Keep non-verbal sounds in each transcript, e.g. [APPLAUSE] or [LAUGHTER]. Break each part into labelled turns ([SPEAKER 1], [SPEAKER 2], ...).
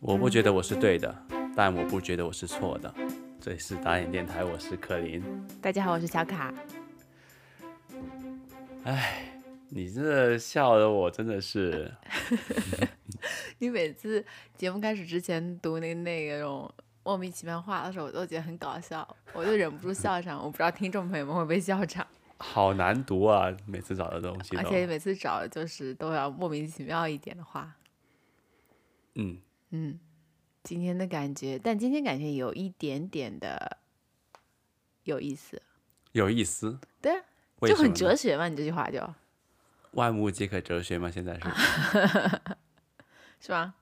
[SPEAKER 1] 我不觉得我是对的，但我不觉得我是错的。这里是打眼电台，我是克林。
[SPEAKER 2] 大家好，我是小卡。
[SPEAKER 1] 你这笑的我真的是，
[SPEAKER 2] [LAUGHS] 你每次节目开始之前读那那种莫名其妙话的时候，我都觉得很搞笑，我就忍不住笑场。我不知道听众朋友们会不会笑场，
[SPEAKER 1] 好难读啊！每次找的东西
[SPEAKER 2] 而
[SPEAKER 1] 都，
[SPEAKER 2] 且每次找的就是都要莫名其妙一点的话。
[SPEAKER 1] 嗯，
[SPEAKER 2] 今天的感觉，但今天感觉有一点点的有意思，
[SPEAKER 1] 有意思，
[SPEAKER 2] 对啊，
[SPEAKER 1] 为
[SPEAKER 2] 就
[SPEAKER 1] 什
[SPEAKER 2] 很
[SPEAKER 1] 么呢
[SPEAKER 2] 哲学嘛。你这句话就
[SPEAKER 1] 万物皆可哲学吗？现在是、
[SPEAKER 2] 啊是吗？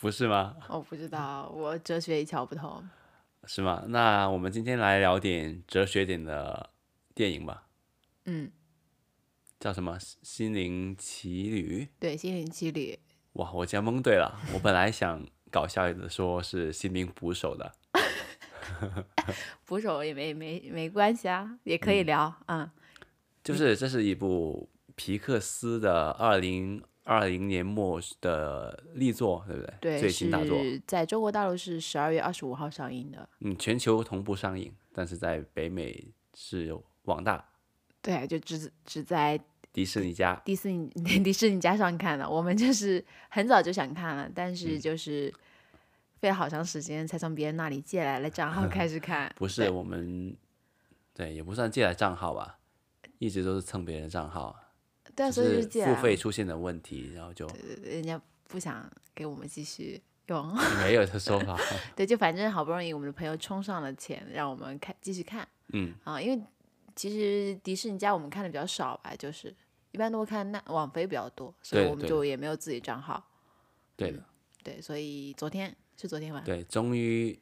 [SPEAKER 1] 不是吗？
[SPEAKER 2] 我不知道，
[SPEAKER 1] 嗯
[SPEAKER 2] 我哲学一窍不通。
[SPEAKER 1] 是吗？那我们今天来聊点哲学点的电影吧。
[SPEAKER 2] 嗯，
[SPEAKER 1] 叫什么？心心灵奇旅？
[SPEAKER 2] 对，心灵奇旅，
[SPEAKER 1] 哇，我竟然蒙对了。我本来想搞笑的说是心灵捕手的，
[SPEAKER 2] 捕手也没没没关系啊，也可以聊嗯
[SPEAKER 1] 就是这是一部皮克斯的二零二零年末的力作，对不对？
[SPEAKER 2] 对，
[SPEAKER 1] 最新大作，
[SPEAKER 2] 是在中国大陆是十二月二十五号上映的。
[SPEAKER 1] 嗯，全球同步上映，但是在北美是有网大、
[SPEAKER 2] 对，就只只在
[SPEAKER 1] 迪士尼家。
[SPEAKER 2] 迪士尼 [LAUGHS] 迪士尼加上看了，我们就是很早就想看了，但
[SPEAKER 1] 嗯
[SPEAKER 2] 是就是费了好长时间才从别人那里借来了
[SPEAKER 1] [LAUGHS]
[SPEAKER 2] 账号开始看。
[SPEAKER 1] 不
[SPEAKER 2] 对
[SPEAKER 1] 是我们，对，也不算借来账号吧，一直都是蹭别人的账号，
[SPEAKER 2] 对啊，
[SPEAKER 1] 就
[SPEAKER 2] 所以就是借
[SPEAKER 1] 付
[SPEAKER 2] 来
[SPEAKER 1] 费
[SPEAKER 2] 了，
[SPEAKER 1] 出现的问题，然后就
[SPEAKER 2] 人家不想给我们继续用。
[SPEAKER 1] [LAUGHS] 没有的说法。
[SPEAKER 2] 对，就反正好不容易我们的朋友充上了钱，让我们看继续看
[SPEAKER 1] 嗯，
[SPEAKER 2] 啊，因为其实迪士尼家我们看的比较少吧，就是一般都会看那网飞比较多，所以
[SPEAKER 1] 对
[SPEAKER 2] 我们
[SPEAKER 1] 对
[SPEAKER 2] 就也没有自己账号。嗯
[SPEAKER 1] 对的，
[SPEAKER 2] 对，所以昨天是昨天晚，
[SPEAKER 1] 对，终于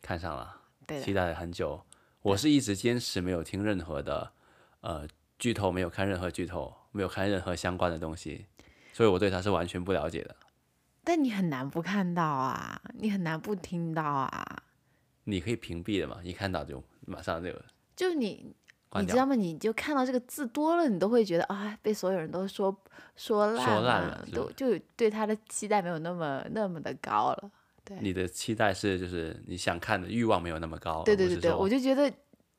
[SPEAKER 1] 看上了，
[SPEAKER 2] 对
[SPEAKER 1] 期
[SPEAKER 2] 的，
[SPEAKER 1] 待了很久。我是一直坚持没有听任何的呃剧透，没有看任何剧透，没有看任何相关的东西，所以我对它是完全不了解的。
[SPEAKER 2] 但你很难不看到啊，你很难不听到啊，
[SPEAKER 1] 你可以屏蔽的嘛，一看到就马上就
[SPEAKER 2] 就你。
[SPEAKER 1] 关
[SPEAKER 2] 你
[SPEAKER 1] 掉
[SPEAKER 2] 知道吗？你就看到这个字多了，你都会觉得啊，被所有人都说说烂
[SPEAKER 1] 说烂了
[SPEAKER 2] 了
[SPEAKER 1] 是
[SPEAKER 2] 都
[SPEAKER 1] 吧
[SPEAKER 2] 就对他的期待没有那么那么的高了。
[SPEAKER 1] 你的期待是就是你想看的欲望没有那么高。
[SPEAKER 2] 对
[SPEAKER 1] 而
[SPEAKER 2] 对
[SPEAKER 1] 不
[SPEAKER 2] 对
[SPEAKER 1] 是
[SPEAKER 2] 对，
[SPEAKER 1] 说
[SPEAKER 2] 我就觉得，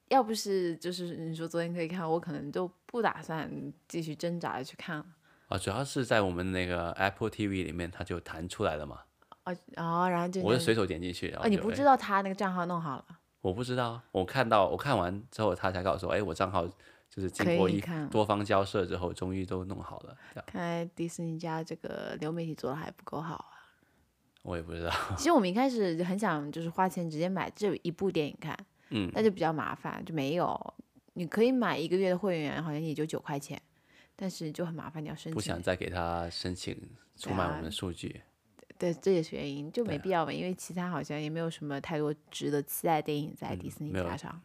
[SPEAKER 2] 要不是就是你说昨天可以看，我可能就不打算继续挣扎着去看了。
[SPEAKER 1] 啊，主要是在我们那个 Apple TV 里面，它就弹出来了嘛，
[SPEAKER 2] 哦哦，然后就
[SPEAKER 1] 我就
[SPEAKER 2] 那
[SPEAKER 1] 随手点进去，然后
[SPEAKER 2] 哦，你
[SPEAKER 1] 就
[SPEAKER 2] 不
[SPEAKER 1] 哎
[SPEAKER 2] 知道他那个账号弄好了，
[SPEAKER 1] 我不知道，我看到我看完之后，他才告诉我，哎，我账号就是
[SPEAKER 2] 可
[SPEAKER 1] 经
[SPEAKER 2] 以
[SPEAKER 1] 过
[SPEAKER 2] 你
[SPEAKER 1] 一
[SPEAKER 2] 看
[SPEAKER 1] 多方交涉之后，终于都弄好了。这样
[SPEAKER 2] 看来迪士尼家这个流媒体做的还不够好
[SPEAKER 1] [LAUGHS]
[SPEAKER 2] 啊。
[SPEAKER 1] 我也不知道，
[SPEAKER 2] 其实我们一开始很想就是花钱直接买这一部电影看，
[SPEAKER 1] 嗯，
[SPEAKER 2] 但就比较麻烦，就没有。你可以买一个月的会员，好像也就九块钱，但是啊就很麻烦，你要申请。
[SPEAKER 1] 不想再给他申请出卖我们的数据。
[SPEAKER 2] 对，这也是原因，就
[SPEAKER 1] 啊
[SPEAKER 2] 没必要嘛，因为其他好像也没有什么太多值得期待的电影在迪士尼
[SPEAKER 1] 嗯没有
[SPEAKER 2] 加上。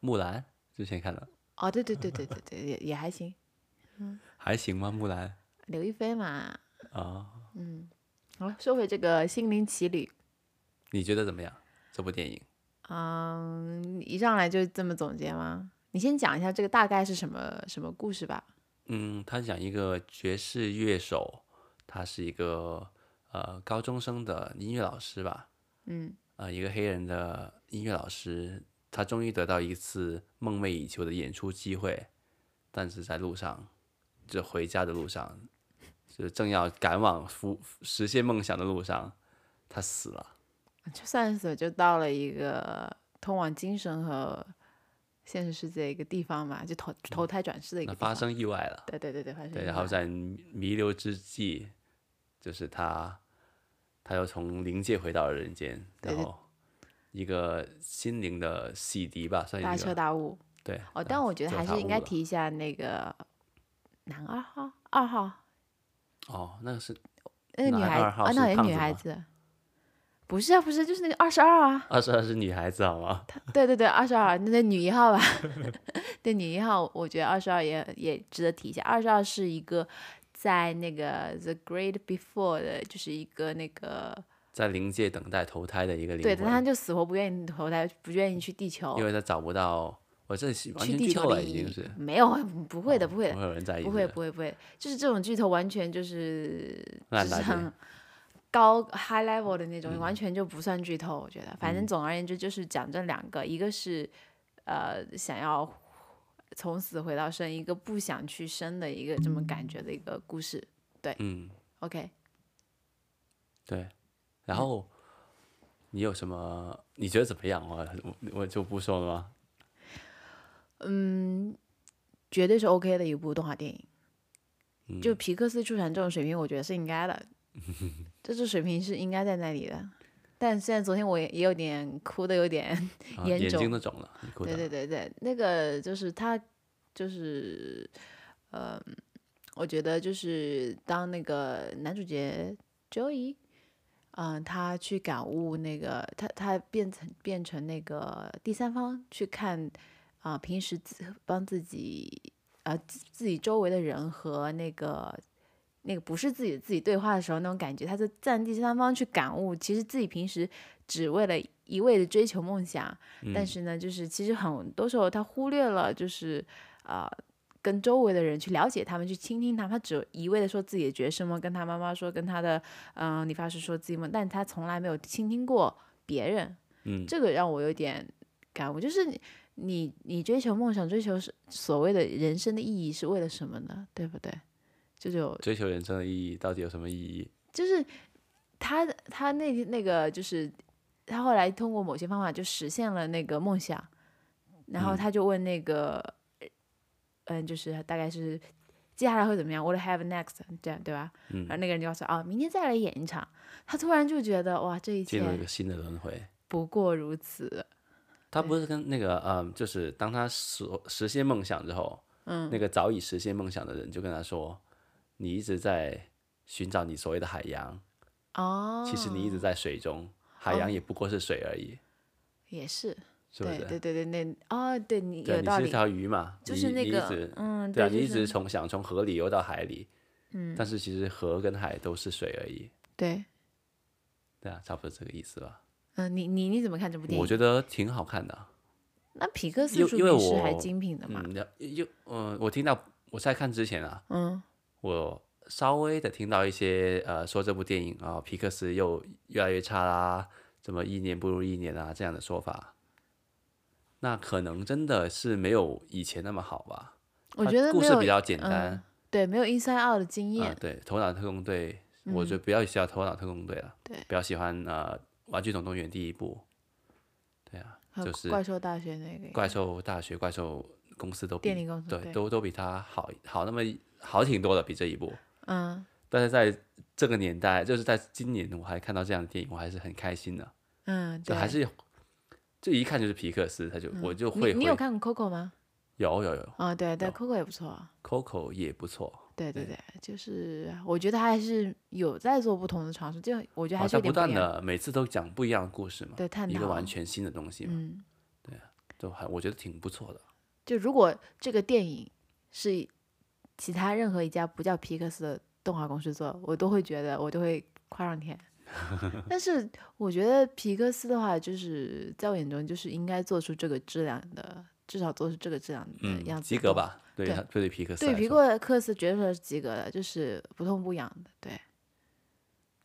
[SPEAKER 1] 木兰之前看了，
[SPEAKER 2] 哦，对对对对对对，也也还行。
[SPEAKER 1] 还行吗？木兰
[SPEAKER 2] 刘亦菲嘛，
[SPEAKER 1] 啊，
[SPEAKER 2] 好了，说回这个《心灵奇旅》，
[SPEAKER 1] 你觉得怎么样？这部电影？
[SPEAKER 2] 嗯，一上来就这么总结吗？你先讲一下这个大概是什么什么故事吧。
[SPEAKER 1] 嗯，他讲一个爵士乐手，他是一个呃高中生的音乐老师吧，
[SPEAKER 2] 嗯，
[SPEAKER 1] 呃，一个黑人的音乐老师，他终于得到一次梦寐以求的演出机会，但是在路上，就回家的路上，就是正要赶往服实现梦想的路上，他死了。
[SPEAKER 2] 就算是就到了一个通往精神和现实世界的一个地方嘛，就投投胎转世的一
[SPEAKER 1] 嗯那
[SPEAKER 2] 个地
[SPEAKER 1] 发
[SPEAKER 2] 方。
[SPEAKER 1] 生意外了，
[SPEAKER 2] 对对对对，发生
[SPEAKER 1] 对，
[SPEAKER 2] 意
[SPEAKER 1] 然后
[SPEAKER 2] 外
[SPEAKER 1] 在弥留之际，就是他，他又从灵界回到了人间，
[SPEAKER 2] 对
[SPEAKER 1] 然
[SPEAKER 2] 对
[SPEAKER 1] 后一个心灵的洗涤吧，算
[SPEAKER 2] 大
[SPEAKER 1] 一
[SPEAKER 2] 彻
[SPEAKER 1] 个
[SPEAKER 2] 大悟。
[SPEAKER 1] 对。嗯
[SPEAKER 2] 哦，但我觉得
[SPEAKER 1] 就
[SPEAKER 2] 还
[SPEAKER 1] 他
[SPEAKER 2] 是应该
[SPEAKER 1] 悟了
[SPEAKER 2] 提一下那个男二号、二号
[SPEAKER 1] 哦，那个是
[SPEAKER 2] 那个女
[SPEAKER 1] 男
[SPEAKER 2] 孩
[SPEAKER 1] 二号
[SPEAKER 2] 啊，
[SPEAKER 1] 是
[SPEAKER 2] 那也是
[SPEAKER 1] 胖
[SPEAKER 2] 女
[SPEAKER 1] 子
[SPEAKER 2] 孩
[SPEAKER 1] 吗
[SPEAKER 2] 子，不是啊，不是，就是那个二十二啊，
[SPEAKER 1] 二十二是女孩子好吗？
[SPEAKER 2] 对对对，二十二，啊那那女一号吧， [LAUGHS] 对女一号，我觉得二十二也也值得提一下。二十二是一个在那个 The Great Before 的，就是一个那个
[SPEAKER 1] 在灵界等待投胎的一个灵
[SPEAKER 2] 对，
[SPEAKER 1] 魂，
[SPEAKER 2] 但他就死活不愿意投胎，不愿意去地球
[SPEAKER 1] 因，为他找不到我这是完
[SPEAKER 2] 去
[SPEAKER 1] 全
[SPEAKER 2] 地
[SPEAKER 1] 剧透
[SPEAKER 2] 球
[SPEAKER 1] 了，
[SPEAKER 2] 另
[SPEAKER 1] 已
[SPEAKER 2] 一
[SPEAKER 1] 经是哦
[SPEAKER 2] 没有，不会的，不会的
[SPEAKER 1] 不，会有人在意
[SPEAKER 2] 不
[SPEAKER 1] 的，
[SPEAKER 2] 会，不会，不会，就是这种剧透完全就是就
[SPEAKER 1] 烂嗯
[SPEAKER 2] 是
[SPEAKER 1] 大街
[SPEAKER 2] 很高 high level 的那种，完全就不算剧透。我觉得，反
[SPEAKER 1] 嗯
[SPEAKER 2] 正总而言之就是讲这两个，一个是呃想要从死回到生，一个不想去生的一个这么感觉的一个故事。
[SPEAKER 1] 嗯，
[SPEAKER 2] OK，
[SPEAKER 1] 对。
[SPEAKER 2] 嗯
[SPEAKER 1] 然后你有什么？你觉得怎么样？我我我就不说了吗？
[SPEAKER 2] 绝对是 OK 的一部动画电影。就
[SPEAKER 1] 嗯
[SPEAKER 2] 皮克斯出产这种水平，我觉得是应该
[SPEAKER 1] [LAUGHS]
[SPEAKER 2] 的，这这水平是应该在那里的。但虽然昨天我也也有点哭的有点
[SPEAKER 1] 啊
[SPEAKER 2] 眼
[SPEAKER 1] 眼睛
[SPEAKER 2] 肿
[SPEAKER 1] 都肿了，你哭
[SPEAKER 2] 对
[SPEAKER 1] 的。
[SPEAKER 2] 对对对，那个就是他，就是，呃，我觉得就是当那个男主角 Joey，嗯、他去感悟那个，他他变成变成那个第三方去看啊、平时自帮自己呃自自己周围的人和那个。那个不是自己自己对话的时候那种感觉，他在站第三方去感悟，其实自己平时只为了一味的追求梦想，
[SPEAKER 1] 嗯
[SPEAKER 2] 但是呢，就是其实很多时候他忽略了，就是啊、呃跟周围的人去了解他们，去倾听他们。他只一味的说自己的角色梦，跟他妈妈说，跟他的嗯、呃理发师说自己梦，但他从来没有倾听过别人。
[SPEAKER 1] 嗯
[SPEAKER 2] 这个让我有点感悟，就是你你你追求梦想，追求是所谓的人生的意义是为了什么呢？对不对？这就
[SPEAKER 1] 追求人生的意义到底有什么意义？
[SPEAKER 2] 就是他他那那个就是他后来通过某些方法就实现了那个梦想，然后
[SPEAKER 1] 嗯
[SPEAKER 2] 他就问那个，嗯，就是大概是接下来会怎么样？What have next？这样对吧？
[SPEAKER 1] 嗯
[SPEAKER 2] 然后那个人就告诉他啊，明天再来演一场。他突然就觉得哇，这一
[SPEAKER 1] 进
[SPEAKER 2] 切
[SPEAKER 1] 入一个新的轮回。
[SPEAKER 2] 不过如此。
[SPEAKER 1] 他不是跟那个嗯，就是当他实实现梦想之后，嗯，那个早已实现梦想的人就跟他说：“你一直在寻找你所谓的海洋，
[SPEAKER 2] 哦，
[SPEAKER 1] 其实你一直在水中，海洋也不过是水而已，
[SPEAKER 2] 也是，
[SPEAKER 1] 是不是？
[SPEAKER 2] 对对对对，那哦，对你
[SPEAKER 1] 对
[SPEAKER 2] 有
[SPEAKER 1] 你
[SPEAKER 2] 道
[SPEAKER 1] 是
[SPEAKER 2] 理，
[SPEAKER 1] 条鱼嘛，
[SPEAKER 2] 就是那
[SPEAKER 1] 你你一
[SPEAKER 2] 个
[SPEAKER 1] 直，
[SPEAKER 2] 嗯，
[SPEAKER 1] 对啊，
[SPEAKER 2] 就
[SPEAKER 1] 你一
[SPEAKER 2] 是
[SPEAKER 1] 直从想从河里游到海里，嗯，但是其实河跟海都是水而已，
[SPEAKER 2] 对，
[SPEAKER 1] 对啊，差不多这个意思吧。
[SPEAKER 2] 嗯，你你你怎么看这部电影？
[SPEAKER 1] 我觉得挺好看的啊，
[SPEAKER 2] 那皮克斯
[SPEAKER 1] 因
[SPEAKER 2] 出
[SPEAKER 1] 因为
[SPEAKER 2] 品是还
[SPEAKER 1] 我
[SPEAKER 2] 精品的嘛？
[SPEAKER 1] 嗯，了又嗯、我听到我在看之前啊，
[SPEAKER 2] 嗯
[SPEAKER 1] 我稍微的听到一些呃说这部电影啊、皮克斯又越来越差啦，怎么一年不如一年啊这样的说法，那可能真的是没有以前那么好吧。
[SPEAKER 2] 我
[SPEAKER 1] 它
[SPEAKER 2] 觉得
[SPEAKER 1] 故
[SPEAKER 2] 没
[SPEAKER 1] 事
[SPEAKER 2] 有
[SPEAKER 1] 比较简单
[SPEAKER 2] 嗯，对，没有 Inside Out 的经
[SPEAKER 1] 啊、
[SPEAKER 2] 验，嗯
[SPEAKER 1] 对，头脑特工队，我就比较喜欢头脑特工队了，
[SPEAKER 2] 对
[SPEAKER 1] 比较喜欢呃玩具总动员第一部，对啊，
[SPEAKER 2] 和
[SPEAKER 1] 就是
[SPEAKER 2] 怪兽大学那个
[SPEAKER 1] 怪兽大学、怪兽公司都比
[SPEAKER 2] 电力公司
[SPEAKER 1] 对
[SPEAKER 2] 对
[SPEAKER 1] 都都比它好好那么一好挺多的，比这一部。
[SPEAKER 2] 嗯，
[SPEAKER 1] 但是在这个年代，就是在今年，我还看到这样的电影，我还是很开心的。
[SPEAKER 2] 嗯，
[SPEAKER 1] 就
[SPEAKER 2] 对，嗯
[SPEAKER 1] 还是这一看就是皮克斯，他就、我就会
[SPEAKER 2] 你你
[SPEAKER 1] 回
[SPEAKER 2] 有看过 Coco 吗？
[SPEAKER 1] 有有有
[SPEAKER 2] 啊、对对，Coco 也不错，啊
[SPEAKER 1] ，Coco 也不错，
[SPEAKER 2] 对对对，就是我觉得他还是有在做不同的尝试，就我觉得
[SPEAKER 1] 好
[SPEAKER 2] 还是有
[SPEAKER 1] 哦像不
[SPEAKER 2] 点
[SPEAKER 1] 断
[SPEAKER 2] 一样，
[SPEAKER 1] 的每次都讲不一样的故事嘛，
[SPEAKER 2] 对，探
[SPEAKER 1] 一
[SPEAKER 2] 讨啊
[SPEAKER 1] 个完全新的东西嘛，
[SPEAKER 2] 嗯，
[SPEAKER 1] 就还我觉得挺不错的。
[SPEAKER 2] 就如果这个电影是其他任何一家不叫皮克斯的动画公司做，我都会觉得我就会夸上
[SPEAKER 1] [LAUGHS]
[SPEAKER 2] 天。但是我觉得皮克斯的话，就是在我眼中就是应该做出这个质量的，至少做出这个质量的样
[SPEAKER 1] 嗯，
[SPEAKER 2] 子。
[SPEAKER 1] 及格？吧？对
[SPEAKER 2] 对
[SPEAKER 1] 他对于皮克斯
[SPEAKER 2] 对，
[SPEAKER 1] 来
[SPEAKER 2] 皮
[SPEAKER 1] 说
[SPEAKER 2] 克克斯绝对是及格的，就是不痛不痒的。对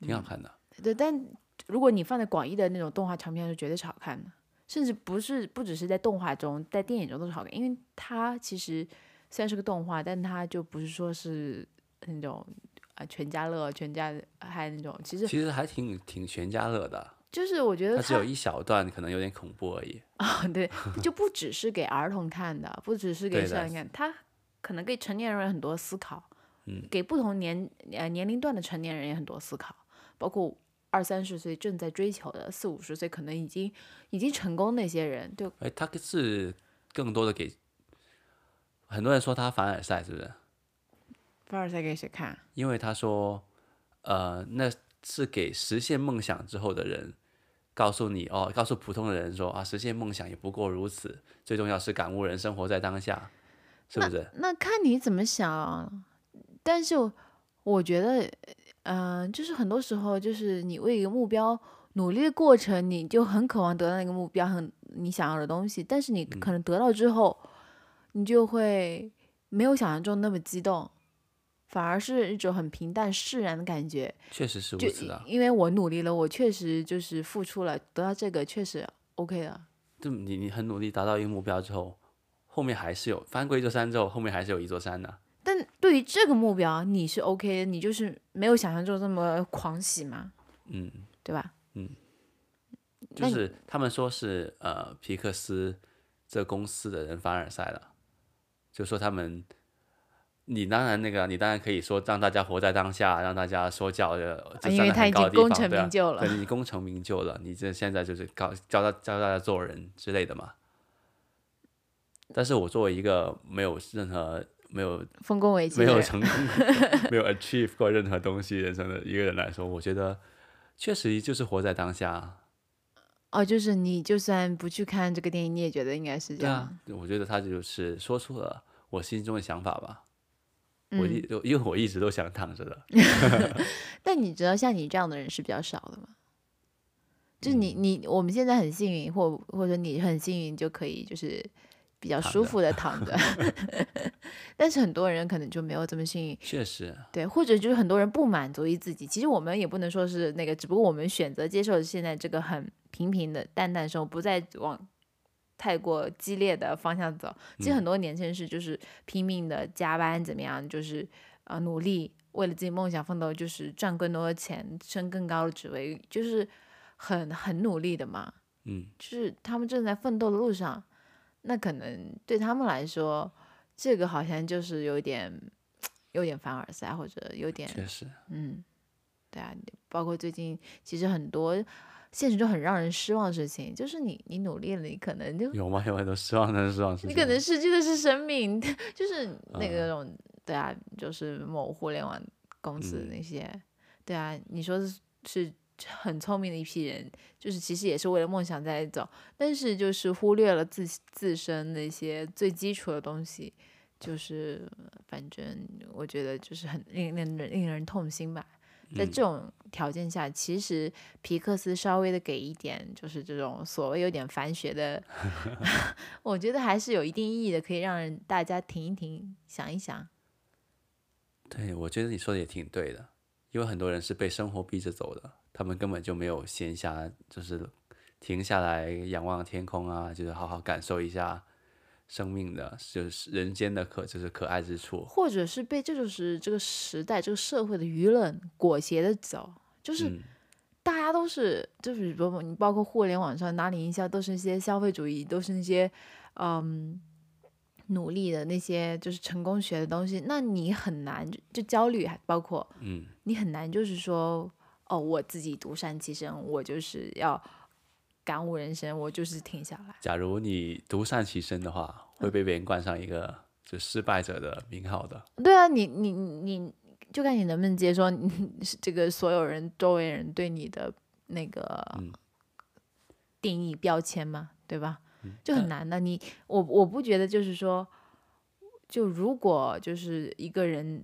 [SPEAKER 1] 挺好看的。
[SPEAKER 2] 对，但如果你放在广义的那种动画长片，是绝对是好看的。甚至不是不只是在动画中，在电影中都是好看，因为它其实虽然是个动画，但它就不是说是那种啊全家乐、全家还有那种，其实
[SPEAKER 1] 其实还挺挺全家乐的，
[SPEAKER 2] 就是我觉得
[SPEAKER 1] 它只有
[SPEAKER 2] 它
[SPEAKER 1] 一小段可能有点恐怖而已。
[SPEAKER 2] 啊、 [LAUGHS] 对，就不只是给儿童看的，不只是给
[SPEAKER 1] 对
[SPEAKER 2] 少
[SPEAKER 1] 的
[SPEAKER 2] 年看，它可能给成年人很多思考，
[SPEAKER 1] 嗯
[SPEAKER 2] 给不同年呃年龄段的成年人也很多思考，包括二三十岁正在追求的，四五十岁可能已经已经成功那些人，对
[SPEAKER 1] 哎，它是更多的给很多人说他凡尔赛，是不是？
[SPEAKER 2] 凡尔赛给谁看？
[SPEAKER 1] 因为他说，呃，那是给实现梦想之后的人，告诉你哦，告诉普通的人说啊，实现梦想也不过如此，最重要是感悟人生活在当下，是不是？
[SPEAKER 2] 那看你怎么想，但是我我觉得，嗯、就是很多时候，就是你为一个目标努力的过程，你就很渴望得到那个目标，很你想要的东西，但是你
[SPEAKER 1] 嗯
[SPEAKER 2] 可能得到之后，你就会没有想象中那么激动，反而是一种很平淡释然的感觉。
[SPEAKER 1] 确实是如
[SPEAKER 2] 就
[SPEAKER 1] 此啊。
[SPEAKER 2] 因为我努力了，我确实就是付出了，得到这个确实 OK 了。
[SPEAKER 1] 就你你很努力达到一个目标之后，后面还是有翻过一座山之后，后面还是有一座山的、
[SPEAKER 2] 但对于这个目标，你是 OK，的你就是没有想象中那么狂喜嘛，
[SPEAKER 1] 嗯，
[SPEAKER 2] 对吧？
[SPEAKER 1] 就
[SPEAKER 2] 那你
[SPEAKER 1] 是他们说是呃皮克斯这公司的人凡尔赛了，就说他们，你当然那个你当然可以说让大家活在当下，让大家说教的，这
[SPEAKER 2] 啊因
[SPEAKER 1] 站
[SPEAKER 2] 为
[SPEAKER 1] 在
[SPEAKER 2] 他
[SPEAKER 1] 很
[SPEAKER 2] 已
[SPEAKER 1] 高的
[SPEAKER 2] 经
[SPEAKER 1] 地方
[SPEAKER 2] 功成
[SPEAKER 1] 对啊
[SPEAKER 2] 名就了
[SPEAKER 1] 对你功成名就了，你这现在就是教教大教大家做人之类的嘛。但是我作为一个没有任何没有
[SPEAKER 2] 丰功伟绩
[SPEAKER 1] 没
[SPEAKER 2] 的
[SPEAKER 1] 有
[SPEAKER 2] 人
[SPEAKER 1] 成功、 [LAUGHS] 没有 achieve 过任何东西人生的一个人来说，我觉得确实就是活在当下。啊
[SPEAKER 2] 哦，就是你就算不去看这个电影，你也觉得应该是这
[SPEAKER 1] 对
[SPEAKER 2] 样。
[SPEAKER 1] 啊，我觉得他就是说出了我心中的想法吧。我
[SPEAKER 2] 嗯
[SPEAKER 1] 一就因为我一直都想躺着的，
[SPEAKER 2] 但你知道，像你这样的人是比较少的吗？就是你
[SPEAKER 1] 嗯
[SPEAKER 2] 你我们现在很幸运，或或者你很幸运就可以就是比较
[SPEAKER 1] 躺
[SPEAKER 2] 舒
[SPEAKER 1] 着
[SPEAKER 2] 服的
[SPEAKER 1] [LAUGHS]
[SPEAKER 2] 躺着， [LAUGHS] 但是很多人可能就没有这么幸运，
[SPEAKER 1] 确实，
[SPEAKER 2] 对，或者就是很多人不满足于自己。其实我们也不能说是那个，只不过我们选择接受现在这个很平平的淡淡生活，不再往太过激烈的方向走。其实很多年轻人是就是拼命的加班，怎么样，就是呃努力为了自己梦想奋斗，就是赚更多的钱，升更高的职位，就是很很努力的嘛。
[SPEAKER 1] 嗯，
[SPEAKER 2] 就是他们正在奋斗的路上，那可能对他们来说，这个好像就是有点有点凡尔赛，或者有点
[SPEAKER 1] 确实，
[SPEAKER 2] 嗯，对啊，包括最近其实很多现实中很让人失望的事情，就是你你努力了，你可能就
[SPEAKER 1] 有吗？有很多失望的失望事
[SPEAKER 2] 你
[SPEAKER 1] 情。
[SPEAKER 2] 可能失去的是生命， [LAUGHS] 就是那
[SPEAKER 1] 啊
[SPEAKER 2] 个种、对啊，就是某互联网公司
[SPEAKER 1] 嗯
[SPEAKER 2] 那些，对啊，你说是是很聪明的一批人，就是其实也是为了梦想在走，但是就是忽略了自自身的一些最基础的东西，就是反正我觉得就是很令令人令人痛心吧。在这种条件下，其实皮克斯稍微的给一点，就是这种所谓有点反学的，我觉得还是有一定意义的，可以让人大家停一停，想一想。
[SPEAKER 1] 对，我觉得你说的也挺对的，因为很多人是被生活逼着走的，他们根本就没有闲暇，就是停下来仰望天空啊，就是好好感受一下生命的，就是人间的可就是可爱之处。
[SPEAKER 2] 或者是被这就是这个时代、这个社会的舆论裹挟的走，就是
[SPEAKER 1] 嗯，
[SPEAKER 2] 大家都是，就是包括你包括互联网上哪里营销，都是那些消费主义，都是那些嗯努力的那些就是成功学的东西，那你很难就就焦虑，还包括
[SPEAKER 1] 嗯，
[SPEAKER 2] 你很难就是说哦，我自己独善其身，我就是要感悟人生，我就是停下来。
[SPEAKER 1] 假如你独善其身的话，会被别人冠上一个就失败者的名号的。
[SPEAKER 2] 对啊，你你你就看你能不能接受你是这个所有人周围人对你的那个
[SPEAKER 1] 嗯
[SPEAKER 2] 定义标签嘛，对吧？就很难的。你我我不觉得就是说，就如果就是一个人，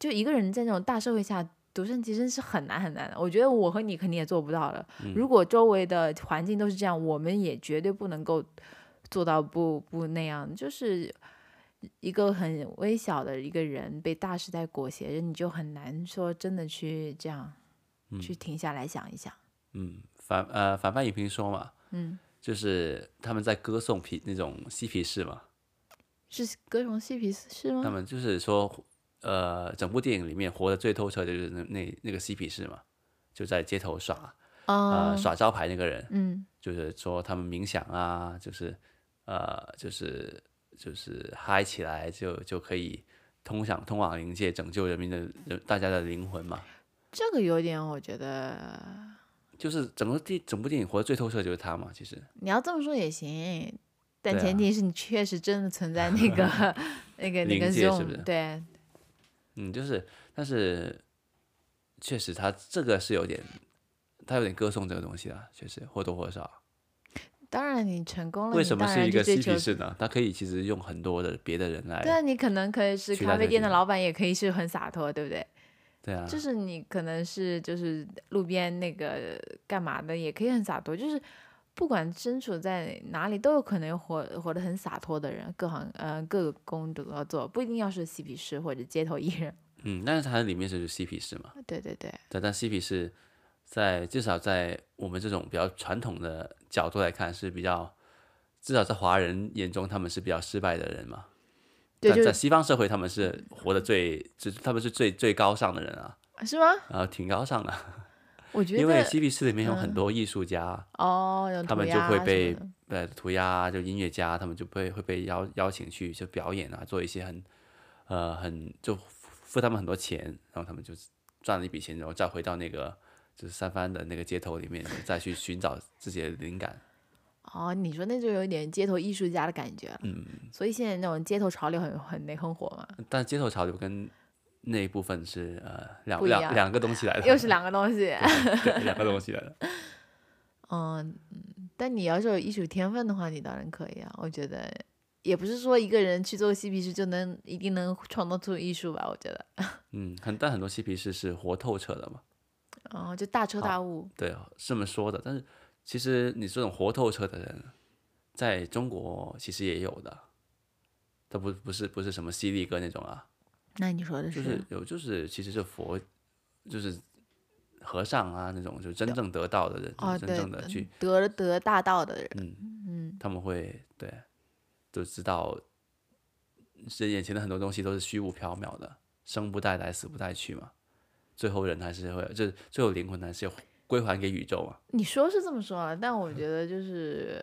[SPEAKER 2] 就一个人在那种大社会下。独善其身是很难很难的，我觉得我和你肯定也做不到的。如果周围的环境都是这样，我们也绝对不能够做到不不那样。就是一个很微小的一个人被大时代裹挟着，你就很难说真的去这样、去停下来想一想。
[SPEAKER 1] 嗯，反呃反派影评说嘛，
[SPEAKER 2] 嗯，
[SPEAKER 1] 就是他们在歌颂皮那种嬉皮士嘛，
[SPEAKER 2] 是歌虫嬉皮士是
[SPEAKER 1] 他
[SPEAKER 2] 吗？
[SPEAKER 1] 们就是说，呃，整部电影里面活得最透彻的就是那那那个嬉皮士嘛，就在街头耍
[SPEAKER 2] 啊
[SPEAKER 1] 呃耍招牌那个人，
[SPEAKER 2] 嗯
[SPEAKER 1] 就是说他们冥想啊，就是呃就是就是嗨起来就就可以通向通往灵界，拯救人民的人大家的灵魂嘛。
[SPEAKER 2] 这个有点，我觉得
[SPEAKER 1] 就是整个电整部电影活得最透彻就是他嘛，其实
[SPEAKER 2] 你要这么说也行，但
[SPEAKER 1] 对啊
[SPEAKER 2] 前提是你确实真的存在那个、
[SPEAKER 1] [LAUGHS]
[SPEAKER 2] 那个那
[SPEAKER 1] 临
[SPEAKER 2] 个
[SPEAKER 1] 界是
[SPEAKER 2] zone，
[SPEAKER 1] 不是
[SPEAKER 2] 对，
[SPEAKER 1] 嗯，就是，但是确实他这个是有点，他有点歌颂这个东西啊，确实或多或少。
[SPEAKER 2] 当然你成功了，
[SPEAKER 1] 为
[SPEAKER 2] 你
[SPEAKER 1] 什么
[SPEAKER 2] 哦当
[SPEAKER 1] 是
[SPEAKER 2] 然
[SPEAKER 1] 一
[SPEAKER 2] 就
[SPEAKER 1] 个嬉
[SPEAKER 2] 追
[SPEAKER 1] 皮
[SPEAKER 2] 求
[SPEAKER 1] 士呢？他可以其实用很多的别的人来，
[SPEAKER 2] 对啊，你可能可以是
[SPEAKER 1] 取
[SPEAKER 2] 咖
[SPEAKER 1] 代这
[SPEAKER 2] 啡
[SPEAKER 1] 个
[SPEAKER 2] 店
[SPEAKER 1] 地
[SPEAKER 2] 的
[SPEAKER 1] 方
[SPEAKER 2] 老板，也可以是很洒脱，对不对？
[SPEAKER 1] 对啊，
[SPEAKER 2] 就是你可能是就是路边那个干嘛的，也可以很洒脱，就是不管身处在哪里，都有可能活活得很洒脱的人，各行呃各个工都要做，不一定要是嬉皮士或者街头艺人。
[SPEAKER 1] 嗯，但是它里面是嬉皮士嘛，
[SPEAKER 2] [LAUGHS] 对对对，
[SPEAKER 1] 但但嬉皮士在至少在我们这种比较传统的角度来看是比较，至少在华人眼中他们是比较失败的人嘛。
[SPEAKER 2] 对，
[SPEAKER 1] 但
[SPEAKER 2] 就
[SPEAKER 1] 在西方社会，他们是活得最，就是他们是最最高尚的人啊，
[SPEAKER 2] 是吗？
[SPEAKER 1] 啊，挺高尚的。
[SPEAKER 2] 我觉得
[SPEAKER 1] 因为嬉皮士里面有很多艺术家，
[SPEAKER 2] 哦，有
[SPEAKER 1] 他
[SPEAKER 2] 涂
[SPEAKER 1] 们就
[SPEAKER 2] 鸦
[SPEAKER 1] 会
[SPEAKER 2] 什么
[SPEAKER 1] 被
[SPEAKER 2] 的
[SPEAKER 1] 呃涂鸦就音乐家，他们就被会被邀邀请去就表演啊，做一些很呃很就付付他们很多钱，然后他们就赚了一笔钱，然后再回到那个就是三藩的那个街头里面，再去寻找自己的灵感。
[SPEAKER 2] 哦，你说那就有点街头艺术家的感觉了。嗯，所以现在那种街头潮流很很那很火嘛，
[SPEAKER 1] 但街头潮流跟那一部分是呃两
[SPEAKER 2] 不一
[SPEAKER 1] 两
[SPEAKER 2] 样
[SPEAKER 1] 两个东西来的，
[SPEAKER 2] 又是两个东西。
[SPEAKER 1] 对两个东西来的。
[SPEAKER 2] 嗯，但你要是有艺术天分的话，你当然可以啊。我觉得也不是说一个人去做嬉皮士就能一定能创造出艺术吧。我觉得，
[SPEAKER 1] 嗯，很但很多嬉皮士是活透彻的嘛。
[SPEAKER 2] 哦，就大彻大悟。
[SPEAKER 1] 对，啊是这么说的。但是其实你这种活透彻的人，在中国其实也有的，他不不是不是什么犀利哥那种啊，
[SPEAKER 2] 那你说的
[SPEAKER 1] 就是有就是其实是佛，就是和尚啊那种，就真正得道的人，就
[SPEAKER 2] 哦，
[SPEAKER 1] 是真
[SPEAKER 2] 对
[SPEAKER 1] 正的去，
[SPEAKER 2] 得得大道的人，
[SPEAKER 1] 嗯，
[SPEAKER 2] 嗯，
[SPEAKER 1] 他们会对，都知道，是眼前的很多东西都是虚无缥缈的，生不带来，死不带去嘛，最后人还是会，就是最后灵魂还是要归还给宇宙嘛。
[SPEAKER 2] 你说是这么说啊，但我觉得就是，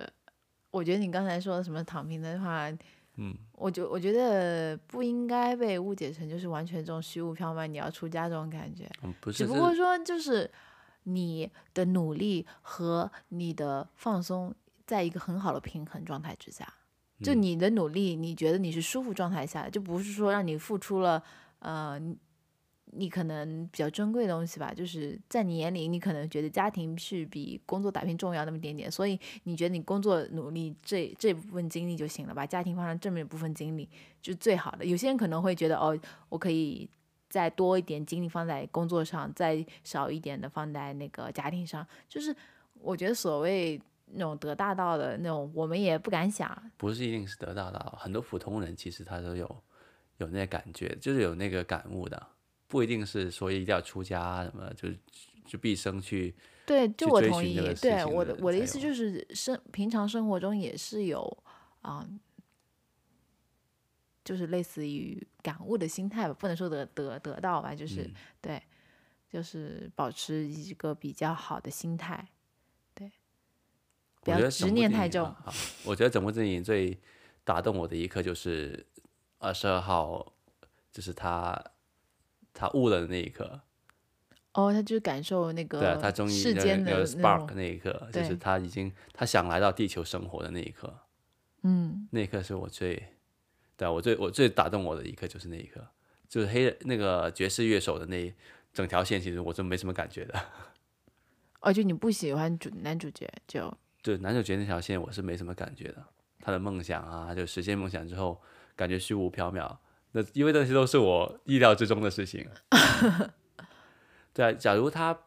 [SPEAKER 2] 我觉得你刚才说的什么躺平的话，
[SPEAKER 1] 嗯，
[SPEAKER 2] 我觉我觉得不应该被误解成就是完全这种虚无缥缈，你要出家这种感觉。
[SPEAKER 1] 嗯，不是，
[SPEAKER 2] 只不
[SPEAKER 1] 这
[SPEAKER 2] 过说就是你的努力和你的放松在一个很好的平衡状态之下，就
[SPEAKER 1] 嗯
[SPEAKER 2] 你的努力，你觉得你是舒服状态下的，就不是说让你付出了呃。你你可能比较珍贵的东西吧，就是在你眼里，你可能觉得家庭是比工作打拼重要那么一点点，所以你觉得你工作努力这这部分精力就行了，把家庭放上正面部分精力就是最好的。有些人可能会觉得，哦，我可以再多一点精力放在工作上，再少一点的放在那个家庭上。就是我觉得所谓那种得大道的那种，我们也不敢想。
[SPEAKER 1] 不是一定是得到的啊，很多普通人其实他都有有那感觉，就是有那个感悟的，不一定是说一定要出家啊什么，就是就毕生去
[SPEAKER 2] 对，就
[SPEAKER 1] 去
[SPEAKER 2] 我
[SPEAKER 1] 追
[SPEAKER 2] 同
[SPEAKER 1] 寻
[SPEAKER 2] 意
[SPEAKER 1] 这个。事
[SPEAKER 2] 对
[SPEAKER 1] 情
[SPEAKER 2] 我
[SPEAKER 1] 的
[SPEAKER 2] 的我的
[SPEAKER 1] 才
[SPEAKER 2] 意思
[SPEAKER 1] 有
[SPEAKER 2] 就是生平常生活中也是有啊、就是类似于感悟的心态吧，不能说得得得到吧，就是、
[SPEAKER 1] 嗯
[SPEAKER 2] 对，就是保持一个比较好的心态。不
[SPEAKER 1] 我
[SPEAKER 2] 要
[SPEAKER 1] 觉得
[SPEAKER 2] 执
[SPEAKER 1] 整部
[SPEAKER 2] 念
[SPEAKER 1] 电
[SPEAKER 2] 太
[SPEAKER 1] 影
[SPEAKER 2] 重
[SPEAKER 1] 啊。啊我觉得整部电影最打动我的一刻就是二十二号，就是他他悟了的那一刻，
[SPEAKER 2] 哦，他就是感受那个
[SPEAKER 1] 对啊，他终于
[SPEAKER 2] 世
[SPEAKER 1] 那
[SPEAKER 2] 间
[SPEAKER 1] 那
[SPEAKER 2] 的
[SPEAKER 1] 个
[SPEAKER 2] 那
[SPEAKER 1] spark
[SPEAKER 2] 种，
[SPEAKER 1] 那一刻，就是
[SPEAKER 2] 对
[SPEAKER 1] 他已经他想来到地球生活的那一刻，
[SPEAKER 2] 嗯，
[SPEAKER 1] 那一刻是我最，对啊我最我最打动我的一刻就是那一刻，就是黑人那个爵士乐手的那一整条线，其实我真没什么感觉的。
[SPEAKER 2] 哦，就你不喜欢主男主角，就
[SPEAKER 1] 对男主角那条线，我是没什么感觉的。他的梦想啊，就实现梦想之后，感觉虚无缥缈。那因为那些都是我意料之中的事
[SPEAKER 2] [LAUGHS]
[SPEAKER 1] 情。对啊，假如他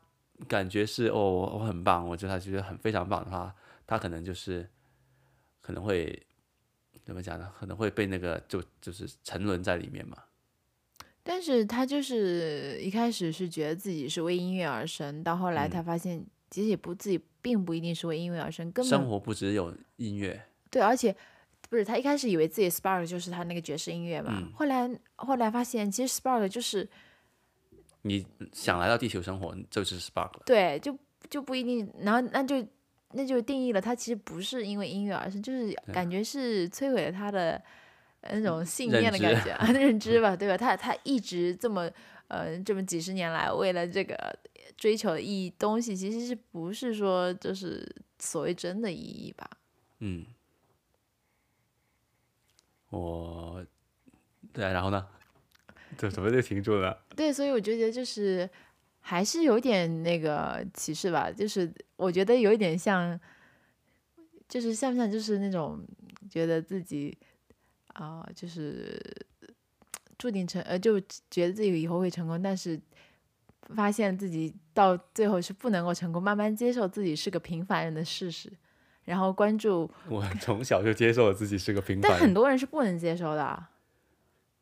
[SPEAKER 1] 感觉是哦，我我很棒，我觉得他觉得很非常棒的话，他可能就是可能会怎么讲呢？可能会被那个就就是沉沦在里面嘛。
[SPEAKER 2] 但是他就是一开始是觉得自己是为音乐而生，到后
[SPEAKER 1] 嗯
[SPEAKER 2] 来他发现其实也不自己并不一定是为音乐而生，根
[SPEAKER 1] 生
[SPEAKER 2] 本
[SPEAKER 1] 活不只有音乐，
[SPEAKER 2] 对，而且不是他一开始以为自己 spark 就是他那个爵士音乐嘛，
[SPEAKER 1] 嗯
[SPEAKER 2] 后来后来发现其实 spark 就是
[SPEAKER 1] 你想来到地球生活就是 spark 了。
[SPEAKER 2] 对，就就不一定，然后那就那就定义了他其实不是因为音乐而生，就是感觉是摧毁了他的呃那种信
[SPEAKER 1] 嗯认
[SPEAKER 2] 念的
[SPEAKER 1] 知嗯
[SPEAKER 2] 感觉啊， [LAUGHS] 认知吧，对吧？他他一直这么呃这么几十年来为了这个追求的意义东西，其实是不是说就是所谓真的意义吧？
[SPEAKER 1] 嗯，我对啊，然后呢？怎怎么就停住了？
[SPEAKER 2] 对，所以我就觉得就是还是有点那个歧视吧，就是我觉得有一点像，就是像不像就是那种觉得自己啊、就是注定成呃，就觉得自己以后会成功，但是发现自己到最后是不能够成功，慢慢接受自己是个平凡人的事实。然后关注，
[SPEAKER 1] [LAUGHS] 我从小就接受我自己是个平
[SPEAKER 2] 但
[SPEAKER 1] 凡
[SPEAKER 2] 很
[SPEAKER 1] 人，
[SPEAKER 2] 多人是不能接受的啊，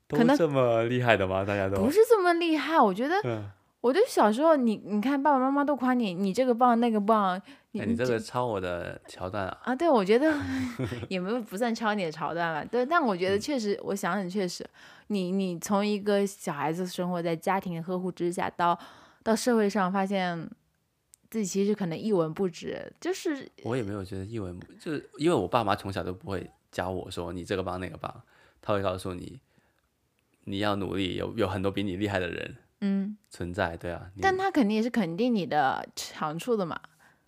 [SPEAKER 2] 可
[SPEAKER 1] 都
[SPEAKER 2] 能
[SPEAKER 1] 这么厉害的吗？大家都
[SPEAKER 2] 不是这么厉害。我觉得，
[SPEAKER 1] 嗯，
[SPEAKER 2] 我对小时候你你看爸爸妈妈都夸你，你这个棒那个棒，你
[SPEAKER 1] 哎，你这个抄我的桥段啊，
[SPEAKER 2] 啊，对，我觉得也没有不算超你的朝代吧，对，但我
[SPEAKER 1] 嗯
[SPEAKER 2] 觉得确实，我想想确实，你你从一个小孩子生活在家庭的呵护之下，到到社会上发现自己其实可能一文不值，就是
[SPEAKER 1] 我也没有觉得一文不，就是因为我爸妈从小都不会教我说你这个帮那个帮，他会告诉你你要努力，有有很多比你厉害的人
[SPEAKER 2] 嗯，
[SPEAKER 1] 存在，对啊，你
[SPEAKER 2] 但他肯定也是肯定你的长处的嘛，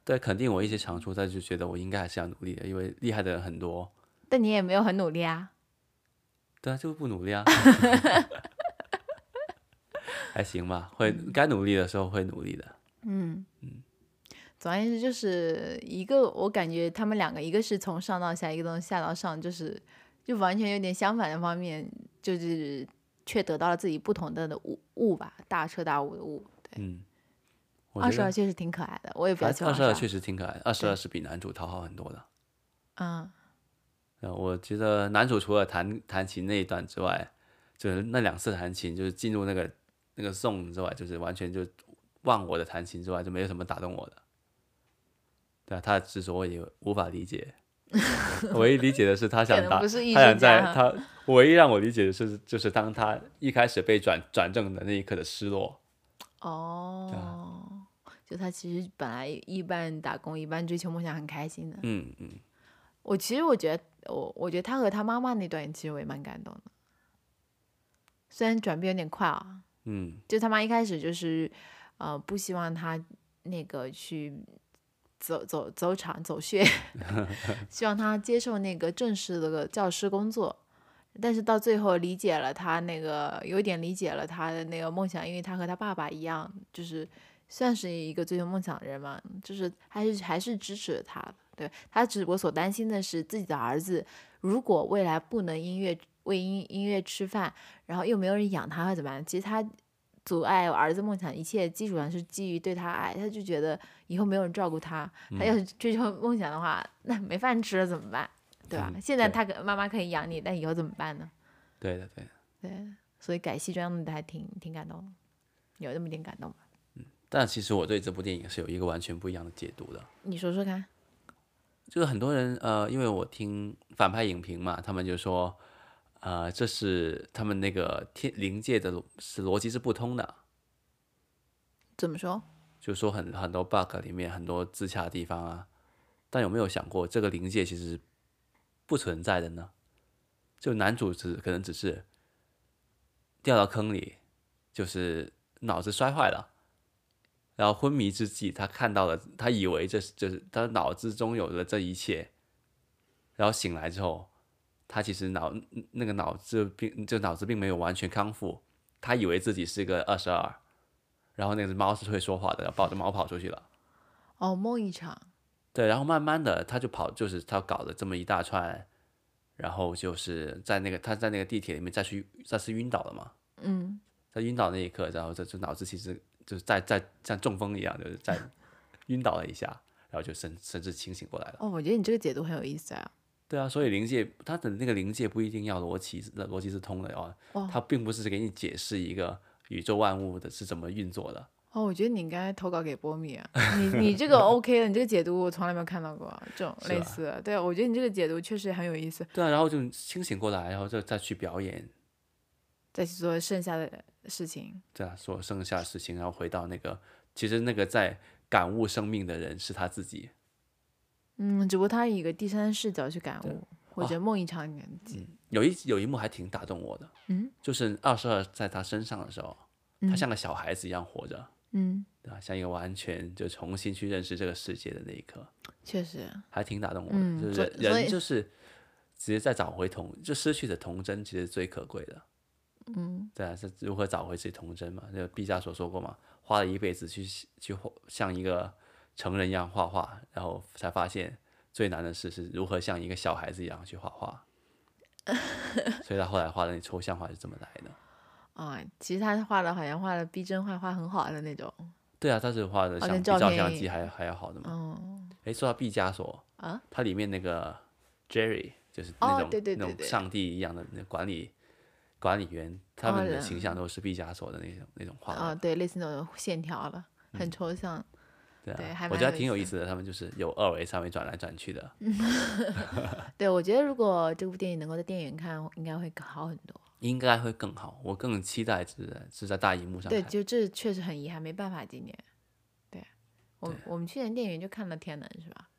[SPEAKER 1] 对肯定我一些长处，但就觉得我应该还是要努力的，因为厉害的人很多，
[SPEAKER 2] 但你也没有很努力啊，
[SPEAKER 1] 对啊，就是不努力
[SPEAKER 2] [LAUGHS]
[SPEAKER 1] 啊， [LAUGHS] 还行吧，会该努力的时候会努力的，
[SPEAKER 2] 嗯总而言之，就是一个我感觉他们两个，一个是从上到下，一个从下到上，就是就完全有点相反的方面，就是却得到了自己不同的的悟悟吧，大彻大悟的悟。
[SPEAKER 1] 嗯，我
[SPEAKER 2] 二
[SPEAKER 1] 觉
[SPEAKER 2] 十二
[SPEAKER 1] 得
[SPEAKER 2] 确实挺可爱的，我也比较喜欢
[SPEAKER 1] 二十二
[SPEAKER 2] 22
[SPEAKER 1] 确实挺可爱的，二十二是比男主讨好很多的。
[SPEAKER 2] 嗯，
[SPEAKER 1] 呃，我觉得男主除了弹弹琴那一段之外，就是那两次弹琴，就是进入那个那个 zone 之外，就是完全就忘我的弹琴之外，就没有什么打动我的。对啊，他的执着我也无法理
[SPEAKER 2] [LAUGHS]
[SPEAKER 1] 解。唯一理解的是他
[SPEAKER 2] 可
[SPEAKER 1] 想打，
[SPEAKER 2] 能不是艺
[SPEAKER 1] 他
[SPEAKER 2] 术
[SPEAKER 1] 想在
[SPEAKER 2] 家哈。
[SPEAKER 1] 他唯一让我理解的是，就是当他一开始被转转正的那一刻的失落。啊
[SPEAKER 2] 哦，就他其实本来一半打工，一半追求梦想，很开心的。
[SPEAKER 1] 嗯嗯，
[SPEAKER 2] 我其实我觉得，我我觉得他和他妈妈那段其实我也蛮感动的，虽然转变有点快啊、
[SPEAKER 1] 嗯，
[SPEAKER 2] 就他妈一开始就是，呃，不希望他那个去走走走场走穴，希望他接受那个正式的教师工作。但是到最后理解了他那个，有点理解了他的那个梦想，因为他和他爸爸一样，就是算是一个追求梦想的人嘛，就是还是还是支持他的。对他只我所担心的是自己的儿子，如果未来不能音乐为音音乐吃饭，然后又没有人养他，会怎么办？其实他阻碍我儿子梦想一切基础上是基于对他爱，他就觉得以后没有人照顾他，他
[SPEAKER 1] 嗯
[SPEAKER 2] 要是追求梦想的话，那没饭吃了怎么办？对吧？
[SPEAKER 1] 嗯
[SPEAKER 2] 现在
[SPEAKER 1] 对
[SPEAKER 2] 他可妈妈可以养你，但以后怎么办呢？
[SPEAKER 1] 对的对的。
[SPEAKER 2] 所以改西装的还挺挺感动的，有那么点感动吧？
[SPEAKER 1] 但其实我对这部电影是有一个完全不一样的解读的。
[SPEAKER 2] 你说说看，
[SPEAKER 1] 就是很多人呃，因为我听反派影评嘛，他们就说，呃，这是他们那个天灵界的逻是逻辑是不通的，
[SPEAKER 2] 怎么说？
[SPEAKER 1] 就说很很多 bug 里面很多自洽的地方啊，但有没有想过这个灵界其实不存在的呢？就男主只可能只是掉到坑里，就是脑子摔坏了，然后昏迷之际，他看到了，他以为这是这是他脑子中有了这一切，然后醒来之后，他其实脑那个脑子并就脑子并没有完全康复，他以为自己是个二十二，然后那只猫是会说话的，然后抱着猫跑出去了。
[SPEAKER 2] 哦，梦一场，
[SPEAKER 1] 对，然后慢慢的他就跑，就是他搞了这么一大串，然后就是在那个他在那个地铁里面再去再次晕倒了嘛，
[SPEAKER 2] 嗯，
[SPEAKER 1] 在晕倒那一刻，然后这这脑子其实就是在在像中风一样，就是在晕倒了一下，然后就神神志清醒过来了。
[SPEAKER 2] 哦，我觉得你这个解读很有意思啊。
[SPEAKER 1] 对啊，所以灵界它的那个灵界不一定要逻辑是逻辑是通的哦，
[SPEAKER 2] 哦
[SPEAKER 1] 它并不是给你解释一个宇宙万物的是怎么运作的。
[SPEAKER 2] 哦，我觉得你应该投稿给波
[SPEAKER 1] [LAUGHS]
[SPEAKER 2] 米啊，你你这个 OK 的，你这个解读我从来没有看到过这种
[SPEAKER 1] 是
[SPEAKER 2] 类
[SPEAKER 1] 吧
[SPEAKER 2] 似的。对，我觉得你这个解读确实很有意思，
[SPEAKER 1] 对啊，然后就清醒过来，然后再再去表演，
[SPEAKER 2] 再去做剩下的事情。
[SPEAKER 1] 对啊，所剩下的事情，然后回到那个，其实那个在感悟生命的人是他自己。
[SPEAKER 2] 嗯，只不过他以一个第三视角去感悟，我
[SPEAKER 1] 哦
[SPEAKER 2] 觉得梦一场应该记
[SPEAKER 1] 有一有一幕还挺打动我的，
[SPEAKER 2] 嗯，
[SPEAKER 1] 就是二十二在他身上的时候，他
[SPEAKER 2] 嗯
[SPEAKER 1] 像个小孩子一样活着，
[SPEAKER 2] 嗯，
[SPEAKER 1] 对吧？像一个完全就重新去认识这个世界的那一刻，
[SPEAKER 2] 确实，
[SPEAKER 1] 还挺打动我的。
[SPEAKER 2] 嗯
[SPEAKER 1] 就
[SPEAKER 2] 所
[SPEAKER 1] 是
[SPEAKER 2] 以所
[SPEAKER 1] 人
[SPEAKER 2] 以
[SPEAKER 1] 就是直接在找回童，就失去的童真，其实最可贵的。
[SPEAKER 2] 嗯
[SPEAKER 1] 对啊，是如何找回自己童真嘛？就毕加索说过嘛，花了一辈子去去画，像一个成人一样画画，然后才发现最难的事是如何像一个小孩子一样去画画。所以他后来画的那抽象画是这么来的。
[SPEAKER 2] 啊，其实他画的好像画的逼真画画很好的那种，
[SPEAKER 1] 对啊，他是画的
[SPEAKER 2] 哦
[SPEAKER 1] 像
[SPEAKER 2] 那
[SPEAKER 1] 比
[SPEAKER 2] 照
[SPEAKER 1] 照
[SPEAKER 2] 片
[SPEAKER 1] 相
[SPEAKER 2] 也
[SPEAKER 1] 机还还要好的嘛。
[SPEAKER 2] 嗯
[SPEAKER 1] 诶，说到毕加索，啊，它里面那个 Jerry 就是那
[SPEAKER 2] 哦
[SPEAKER 1] 种、
[SPEAKER 2] 对对
[SPEAKER 1] 那
[SPEAKER 2] 对
[SPEAKER 1] 种
[SPEAKER 2] 对
[SPEAKER 1] 上帝一样的那管理管理员，他们的
[SPEAKER 2] 人
[SPEAKER 1] 形象都是毕加索的那种那种画的。
[SPEAKER 2] 啊，对，类似那种线条了，很抽象。
[SPEAKER 1] 对
[SPEAKER 2] 对
[SPEAKER 1] 啊，
[SPEAKER 2] 还
[SPEAKER 1] 我
[SPEAKER 2] 蛮
[SPEAKER 1] 觉得
[SPEAKER 2] 有
[SPEAKER 1] 挺
[SPEAKER 2] 意
[SPEAKER 1] 有
[SPEAKER 2] 思
[SPEAKER 1] 意思的。他们就是有二维、三维转来转去的。
[SPEAKER 2] 对，我觉得如果这部电影能够在电影院看，应该会更好很多。
[SPEAKER 1] 应该会更好。我更期待是在是在大荧幕上
[SPEAKER 2] 对，
[SPEAKER 1] 看
[SPEAKER 2] 就这确实很遗憾，没办法，今年。对，我我们去年电影院就看了《天能》，是吧？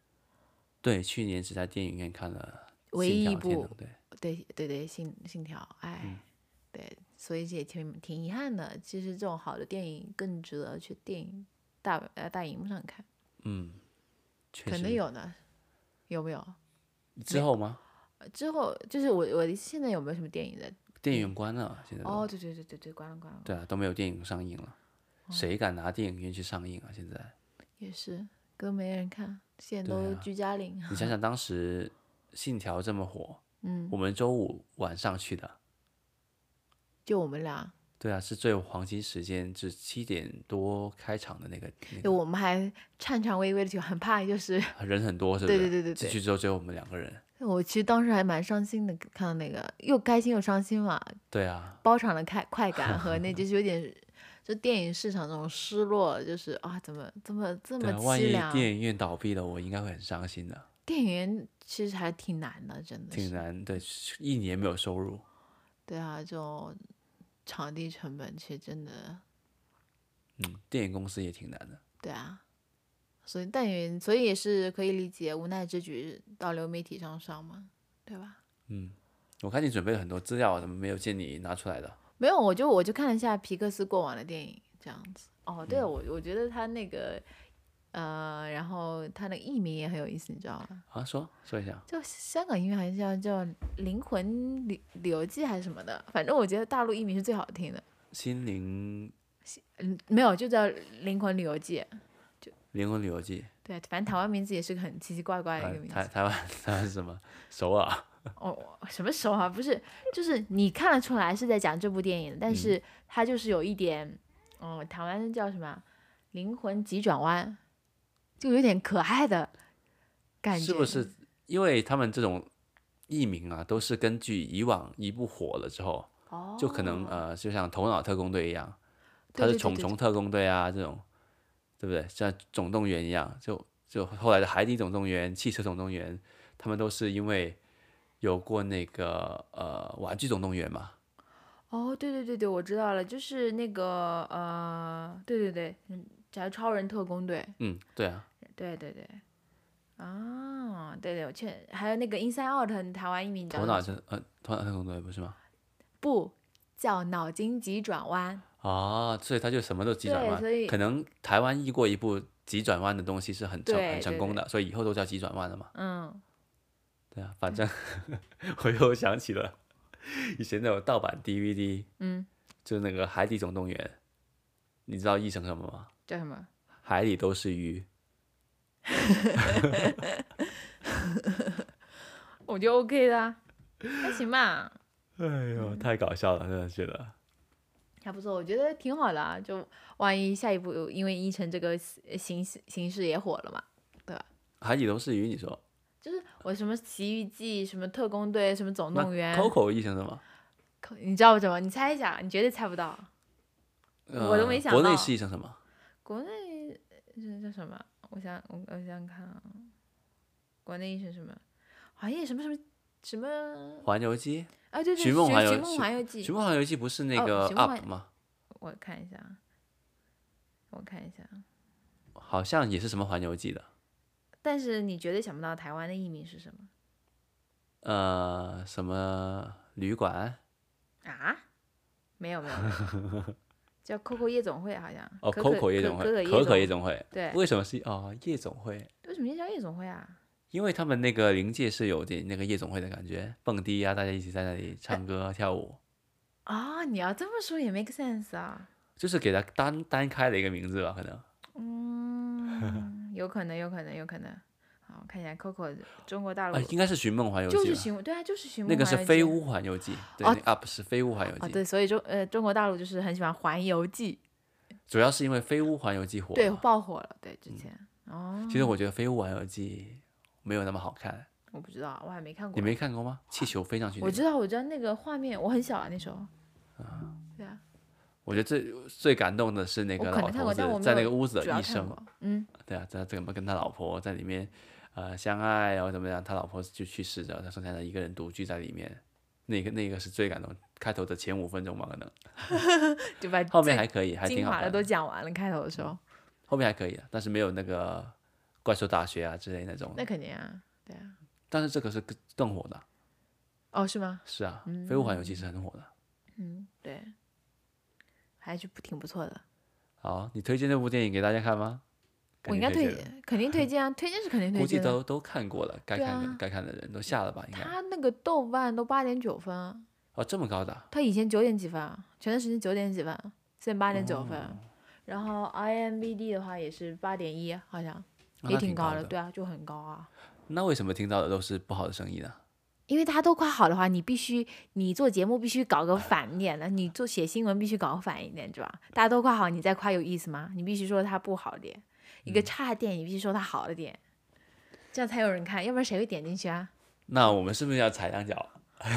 [SPEAKER 1] 对，去年只在电影院看了《
[SPEAKER 2] 唯
[SPEAKER 1] 信
[SPEAKER 2] 一
[SPEAKER 1] 条
[SPEAKER 2] 一
[SPEAKER 1] 天
[SPEAKER 2] 部
[SPEAKER 1] 能对，
[SPEAKER 2] 对对对，信信条，哎，
[SPEAKER 1] 嗯
[SPEAKER 2] 对，所以这也挺挺遗憾的。其实这种好的电影更值得去电影大呃大荧幕上看，
[SPEAKER 1] 嗯，确
[SPEAKER 2] 可能
[SPEAKER 1] 实
[SPEAKER 2] 有呢，有没有？
[SPEAKER 1] 之后吗？
[SPEAKER 2] 呃之后就是我我现在有没有什么电影的？
[SPEAKER 1] 电影院关了，现在都
[SPEAKER 2] 哦，对对对对对，关了关了，
[SPEAKER 1] 对啊，都没有电影上映了，
[SPEAKER 2] 哦
[SPEAKER 1] 谁敢拿电影院去上映啊？现在
[SPEAKER 2] 也是，都没人看，现在
[SPEAKER 1] 对
[SPEAKER 2] 都
[SPEAKER 1] 啊
[SPEAKER 2] 居家领。
[SPEAKER 1] 你想想，当时《信条》这么火，
[SPEAKER 2] 嗯，
[SPEAKER 1] 我们周五晚上去的，
[SPEAKER 2] 就我们俩，
[SPEAKER 1] 对啊，是最黄金时间，是七点多开场的那个，那
[SPEAKER 2] 对，我们还颤颤巍巍的去，很怕就是， [LAUGHS]
[SPEAKER 1] 个人很多，是不
[SPEAKER 2] 对
[SPEAKER 1] 是？
[SPEAKER 2] 对对对
[SPEAKER 1] 进
[SPEAKER 2] 对。
[SPEAKER 1] 去之后只有我们两个人，
[SPEAKER 2] 我其实当时还蛮伤心的，看到那个又开心又伤心嘛，
[SPEAKER 1] 对啊，
[SPEAKER 2] 包场的快快感和
[SPEAKER 1] [LAUGHS]
[SPEAKER 2] 那就是有点就电影市场这种失落，就是啊怎么怎么这么
[SPEAKER 1] 对啊，万一
[SPEAKER 2] 凄凉？
[SPEAKER 1] 电影院倒闭了，我应该会很伤心的。
[SPEAKER 2] 电影院其实还挺难的，真的
[SPEAKER 1] 挺
[SPEAKER 2] 是。
[SPEAKER 1] 难的，一年没有收入。
[SPEAKER 2] 对啊，这种场地成本其实真的
[SPEAKER 1] 嗯，电影公司也挺难的。
[SPEAKER 2] 对啊，所以但也所以也是可以理解，无奈之举到流媒体上上嘛，对吧？
[SPEAKER 1] 嗯，我看你准备了很多资料，啊怎么没有见你拿出来的？
[SPEAKER 2] 没有，我就我就看了一下皮克斯过往的电影，这样子。哦，
[SPEAKER 1] 嗯
[SPEAKER 2] 对了，我我觉得他那个，呃，然后他那个艺名也很有意思，你知道吗？
[SPEAKER 1] 啊，说说一下。
[SPEAKER 2] 就香港音乐好像叫叫《灵魂旅旅游记》还是什么的，反正我觉得大陆译名是最好听的。
[SPEAKER 1] 心灵
[SPEAKER 2] 嗯，没有，就叫《灵魂旅游记》。
[SPEAKER 1] 灵魂旅游记，
[SPEAKER 2] 对，反正台湾名字也是个很奇奇怪怪的一
[SPEAKER 1] 呃
[SPEAKER 2] 个名字。
[SPEAKER 1] 台台湾 [LAUGHS] 台湾是什么？啊首尔。
[SPEAKER 2] 哦，我什么时候啊？不是，就是你看得出来是在讲这部电影，
[SPEAKER 1] 嗯
[SPEAKER 2] 但是它就是有一点，嗯，台湾叫什么啊灵魂急转弯，就有点可爱的感觉，
[SPEAKER 1] 是不是？因为他们这种译名啊，都是根据以往一部火了之后，
[SPEAKER 2] 哦，
[SPEAKER 1] 就可能呃，就像《头脑特工队》一样，它
[SPEAKER 2] 对
[SPEAKER 1] 是《
[SPEAKER 2] 对对
[SPEAKER 1] 虫
[SPEAKER 2] 对
[SPEAKER 1] 虫特工队》啊这种，对不对？像《总动员》一样，就就后来的《海底总动员》《汽车总动员》，他们都是因为有过那个呃《玩具总动员》嘛，
[SPEAKER 2] 哦，对对对对，我知道了，就是那个呃，对对对，嗯，假如超人特工队，
[SPEAKER 1] 嗯，对啊，
[SPEAKER 2] 对对对，啊，对对，我确还有那个 Inside Out 台湾译名叫
[SPEAKER 1] 头脑
[SPEAKER 2] 什么
[SPEAKER 1] 特呃头脑特工队不是吗？
[SPEAKER 2] 不叫脑筋急转弯，
[SPEAKER 1] 啊，所以他就什么都急转
[SPEAKER 2] 对所
[SPEAKER 1] 弯，
[SPEAKER 2] 以
[SPEAKER 1] 可能台湾译过一部急转弯的东西是很成
[SPEAKER 2] 对
[SPEAKER 1] 很成
[SPEAKER 2] 对
[SPEAKER 1] 功
[SPEAKER 2] 对
[SPEAKER 1] 的，所以以后都叫急转弯了嘛。
[SPEAKER 2] 嗯。
[SPEAKER 1] 对啊，反正我又想起了以前那种盗版 DVD，
[SPEAKER 2] 嗯，
[SPEAKER 1] 就是那个《海底总动员》，你知道译成什么吗？
[SPEAKER 2] 叫什么？
[SPEAKER 1] 海里都是鱼，
[SPEAKER 2] 我觉得 OK 的、啊，还行吧，
[SPEAKER 1] 哎呦，太搞笑了，真的觉得。
[SPEAKER 2] 还不错，我觉得挺好的、啊。就万一下一步有因为一晨这个形形式也火了嘛，
[SPEAKER 1] 海底都是鱼，你说
[SPEAKER 2] 就是我什么奇遇记、什么特工队、什么总
[SPEAKER 1] 那
[SPEAKER 2] 动员，
[SPEAKER 1] Coco 译成什么？
[SPEAKER 2] 扣你知道我怎么？你猜一下，你绝对猜不到。我都没
[SPEAKER 1] 呃
[SPEAKER 2] 想
[SPEAKER 1] 国内
[SPEAKER 2] 到
[SPEAKER 1] 是译成什么？
[SPEAKER 2] 国内这叫什么？我想我我想想看啊，国内是什么？好像什么什么什么
[SPEAKER 1] 《环游记
[SPEAKER 2] 啊？对对，
[SPEAKER 1] 寻梦环游
[SPEAKER 2] 寻梦
[SPEAKER 1] 寻
[SPEAKER 2] 环游》
[SPEAKER 1] 《
[SPEAKER 2] 记
[SPEAKER 1] 寻》梦环游记》不是那
[SPEAKER 2] 哦
[SPEAKER 1] 个
[SPEAKER 2] 寻梦
[SPEAKER 1] Up
[SPEAKER 2] 环
[SPEAKER 1] 吗？
[SPEAKER 2] 我看一下，啊，我看一下。
[SPEAKER 1] 好像也是什么环游记的，
[SPEAKER 2] 但是你绝对想不到台湾的译名是什么
[SPEAKER 1] 呃，什么旅馆？
[SPEAKER 2] 啊？没有没有，没有叫 Coco 夜总会好像。
[SPEAKER 1] 哦
[SPEAKER 2] 可
[SPEAKER 1] ，Coco
[SPEAKER 2] 可
[SPEAKER 1] 夜总
[SPEAKER 2] 可
[SPEAKER 1] 会，
[SPEAKER 2] 可
[SPEAKER 1] 可可
[SPEAKER 2] 夜
[SPEAKER 1] 夜
[SPEAKER 2] 总
[SPEAKER 1] 总会，
[SPEAKER 2] 对，
[SPEAKER 1] 为什么是哦夜总会？
[SPEAKER 2] 为什么叫夜总会啊？
[SPEAKER 1] 因为他们那个临界是有点那个夜总会的感觉，蹦迪啊，大家一起在那
[SPEAKER 2] 哎
[SPEAKER 1] 里唱歌、跳舞，
[SPEAKER 2] 啊、你要这么说也 make sense 啊。
[SPEAKER 1] 就是给他单单开了一个名字吧，可能。 [LAUGHS]
[SPEAKER 2] 嗯，有可能，有可能，有可能。好，我看一下 Coco 中国大
[SPEAKER 1] 啊、
[SPEAKER 2] 陆
[SPEAKER 1] 应该是《寻梦环游记
[SPEAKER 2] 就》是
[SPEAKER 1] 吧？
[SPEAKER 2] 寻对啊，就是寻
[SPEAKER 1] 那
[SPEAKER 2] 梦
[SPEAKER 1] 个
[SPEAKER 2] 环
[SPEAKER 1] 是
[SPEAKER 2] 游记。
[SPEAKER 1] 飞屋环游记，对、
[SPEAKER 2] 哦
[SPEAKER 1] 那 u p 是飞屋环游
[SPEAKER 2] 啊，
[SPEAKER 1] 记，
[SPEAKER 2] 对，所以中呃中国大陆就是很喜欢环游记，
[SPEAKER 1] 主要是因为飞屋环游记火。嗯
[SPEAKER 2] 对，爆火了，对之前。哦，
[SPEAKER 1] 其实我觉得飞屋环游记没有那么好看。
[SPEAKER 2] 我不知道，我还没看过
[SPEAKER 1] 你。没看过吗？气球飞上去那
[SPEAKER 2] 我
[SPEAKER 1] 个，
[SPEAKER 2] 知道，我知道那个画面，我很小啊那时候。对啊，
[SPEAKER 1] 我觉得最最感动的是那
[SPEAKER 2] 我
[SPEAKER 1] 个
[SPEAKER 2] 可
[SPEAKER 1] 老
[SPEAKER 2] 能看
[SPEAKER 1] 头
[SPEAKER 2] 过但
[SPEAKER 1] 子
[SPEAKER 2] 我没
[SPEAKER 1] 在那
[SPEAKER 2] 有
[SPEAKER 1] 个屋子
[SPEAKER 2] 主要
[SPEAKER 1] 的医
[SPEAKER 2] 看
[SPEAKER 1] 生，
[SPEAKER 2] 过。嗯，
[SPEAKER 1] 对啊，他怎么跟他老婆在里面呃相爱，然后怎么样，他老婆就去世了，他剩下的一个人独居在里面，那个那个是最感动，开头的前五分钟吧，可能
[SPEAKER 2] 就把
[SPEAKER 1] 后面
[SPEAKER 2] 嗯最
[SPEAKER 1] 还可以，还挺
[SPEAKER 2] 精
[SPEAKER 1] 好
[SPEAKER 2] 华的
[SPEAKER 1] 看
[SPEAKER 2] 都
[SPEAKER 1] 的，嗯
[SPEAKER 2] 讲完了，开头的时候，
[SPEAKER 1] 后面还可以的，但是没有那个怪兽大学啊之类那种，
[SPEAKER 2] 那肯定啊，对啊。
[SPEAKER 1] 但是这个是更更火的，
[SPEAKER 2] 哦，是吗？
[SPEAKER 1] 是啊，飞屋环游记是很火的。
[SPEAKER 2] 嗯，对，还是不挺不错的。
[SPEAKER 1] 好，你推荐这部电影给大家看吗？
[SPEAKER 2] 我应该
[SPEAKER 1] 肯定
[SPEAKER 2] 推
[SPEAKER 1] 荐的，
[SPEAKER 2] 荐，肯定推荐啊，推荐
[SPEAKER 1] [LAUGHS]
[SPEAKER 2] 是肯定推
[SPEAKER 1] 估计
[SPEAKER 2] 荐的。
[SPEAKER 1] 都都看过了，该
[SPEAKER 2] 对
[SPEAKER 1] 看的、
[SPEAKER 2] 啊
[SPEAKER 1] 该看的人都下了吧，应该。
[SPEAKER 2] 他那个豆瓣都八点九分啊，
[SPEAKER 1] 哦，这么高的啊，
[SPEAKER 2] 他以前九点几分啊，前段时间九点几分啊，现在八点九分啊。
[SPEAKER 1] 哦
[SPEAKER 2] 然后 IMBD 的话也是八点一，好像
[SPEAKER 1] 哦那
[SPEAKER 2] 也
[SPEAKER 1] 挺
[SPEAKER 2] 高
[SPEAKER 1] 的。
[SPEAKER 2] 对啊，就很高啊。
[SPEAKER 1] 那为什么听到的都是不好的声音呢？
[SPEAKER 2] 因为它都快好的话，你必须你做节目必须搞个反一点的，你做写新闻必须搞个反一点，是吧？大家都夸好，你再夸有意思吗？你必须说它不好的点，一
[SPEAKER 1] 嗯
[SPEAKER 2] 个差的点，你必须说它好的点，这样才有人看，要不然谁会点进去啊？
[SPEAKER 1] 那我们是不是要踩两脚？啊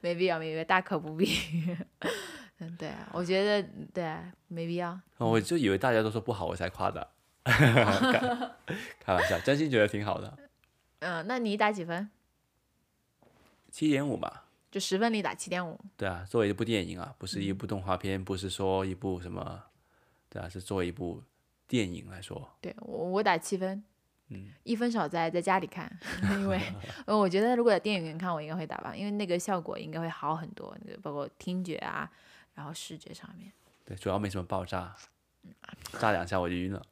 [SPEAKER 2] 没必要，没必要，啊大可不必。 [LAUGHS] 嗯，对啊，我觉得对啊，没必要。
[SPEAKER 1] 我就以为大家都说不好，我才夸的。 [LAUGHS] 开开玩笑，真心觉得挺好的，
[SPEAKER 2] 嗯，那你打几分？
[SPEAKER 1] 七点五吧。
[SPEAKER 2] 就十分里打七点五。
[SPEAKER 1] 对啊，作为一部电影啊，不是一部动画片，不是说一部什么，对啊，是作为一部电影来说，
[SPEAKER 2] 对我我打七分，
[SPEAKER 1] 嗯，
[SPEAKER 2] 一分少在在家里看，因为呃我觉得如果在电影院看，我应该会打吧，因为那个效果应该会好很多，那个包括听觉啊，然后视觉上面。
[SPEAKER 1] 对，主要没什么爆炸，炸两下我就晕了。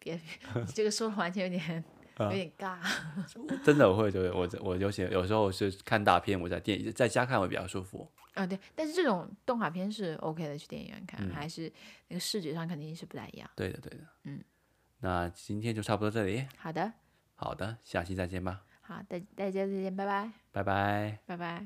[SPEAKER 2] 别， [LAUGHS] 别这个说的完全有点有点尬。
[SPEAKER 1] 真的我会觉得我我有些有时候是看大片，我在电影在家看会比较舒服。
[SPEAKER 2] 啊，对，但是这种动画片是 OK 的，去电影院看、还是那个视觉上肯定是不太一样。
[SPEAKER 1] 对的，对的，
[SPEAKER 2] 嗯。
[SPEAKER 1] 那今天就差不多这里，
[SPEAKER 2] 好的，
[SPEAKER 1] 好的，下期再见吧，
[SPEAKER 2] 好，大大家再见，拜拜，
[SPEAKER 1] 拜拜。
[SPEAKER 2] 拜拜。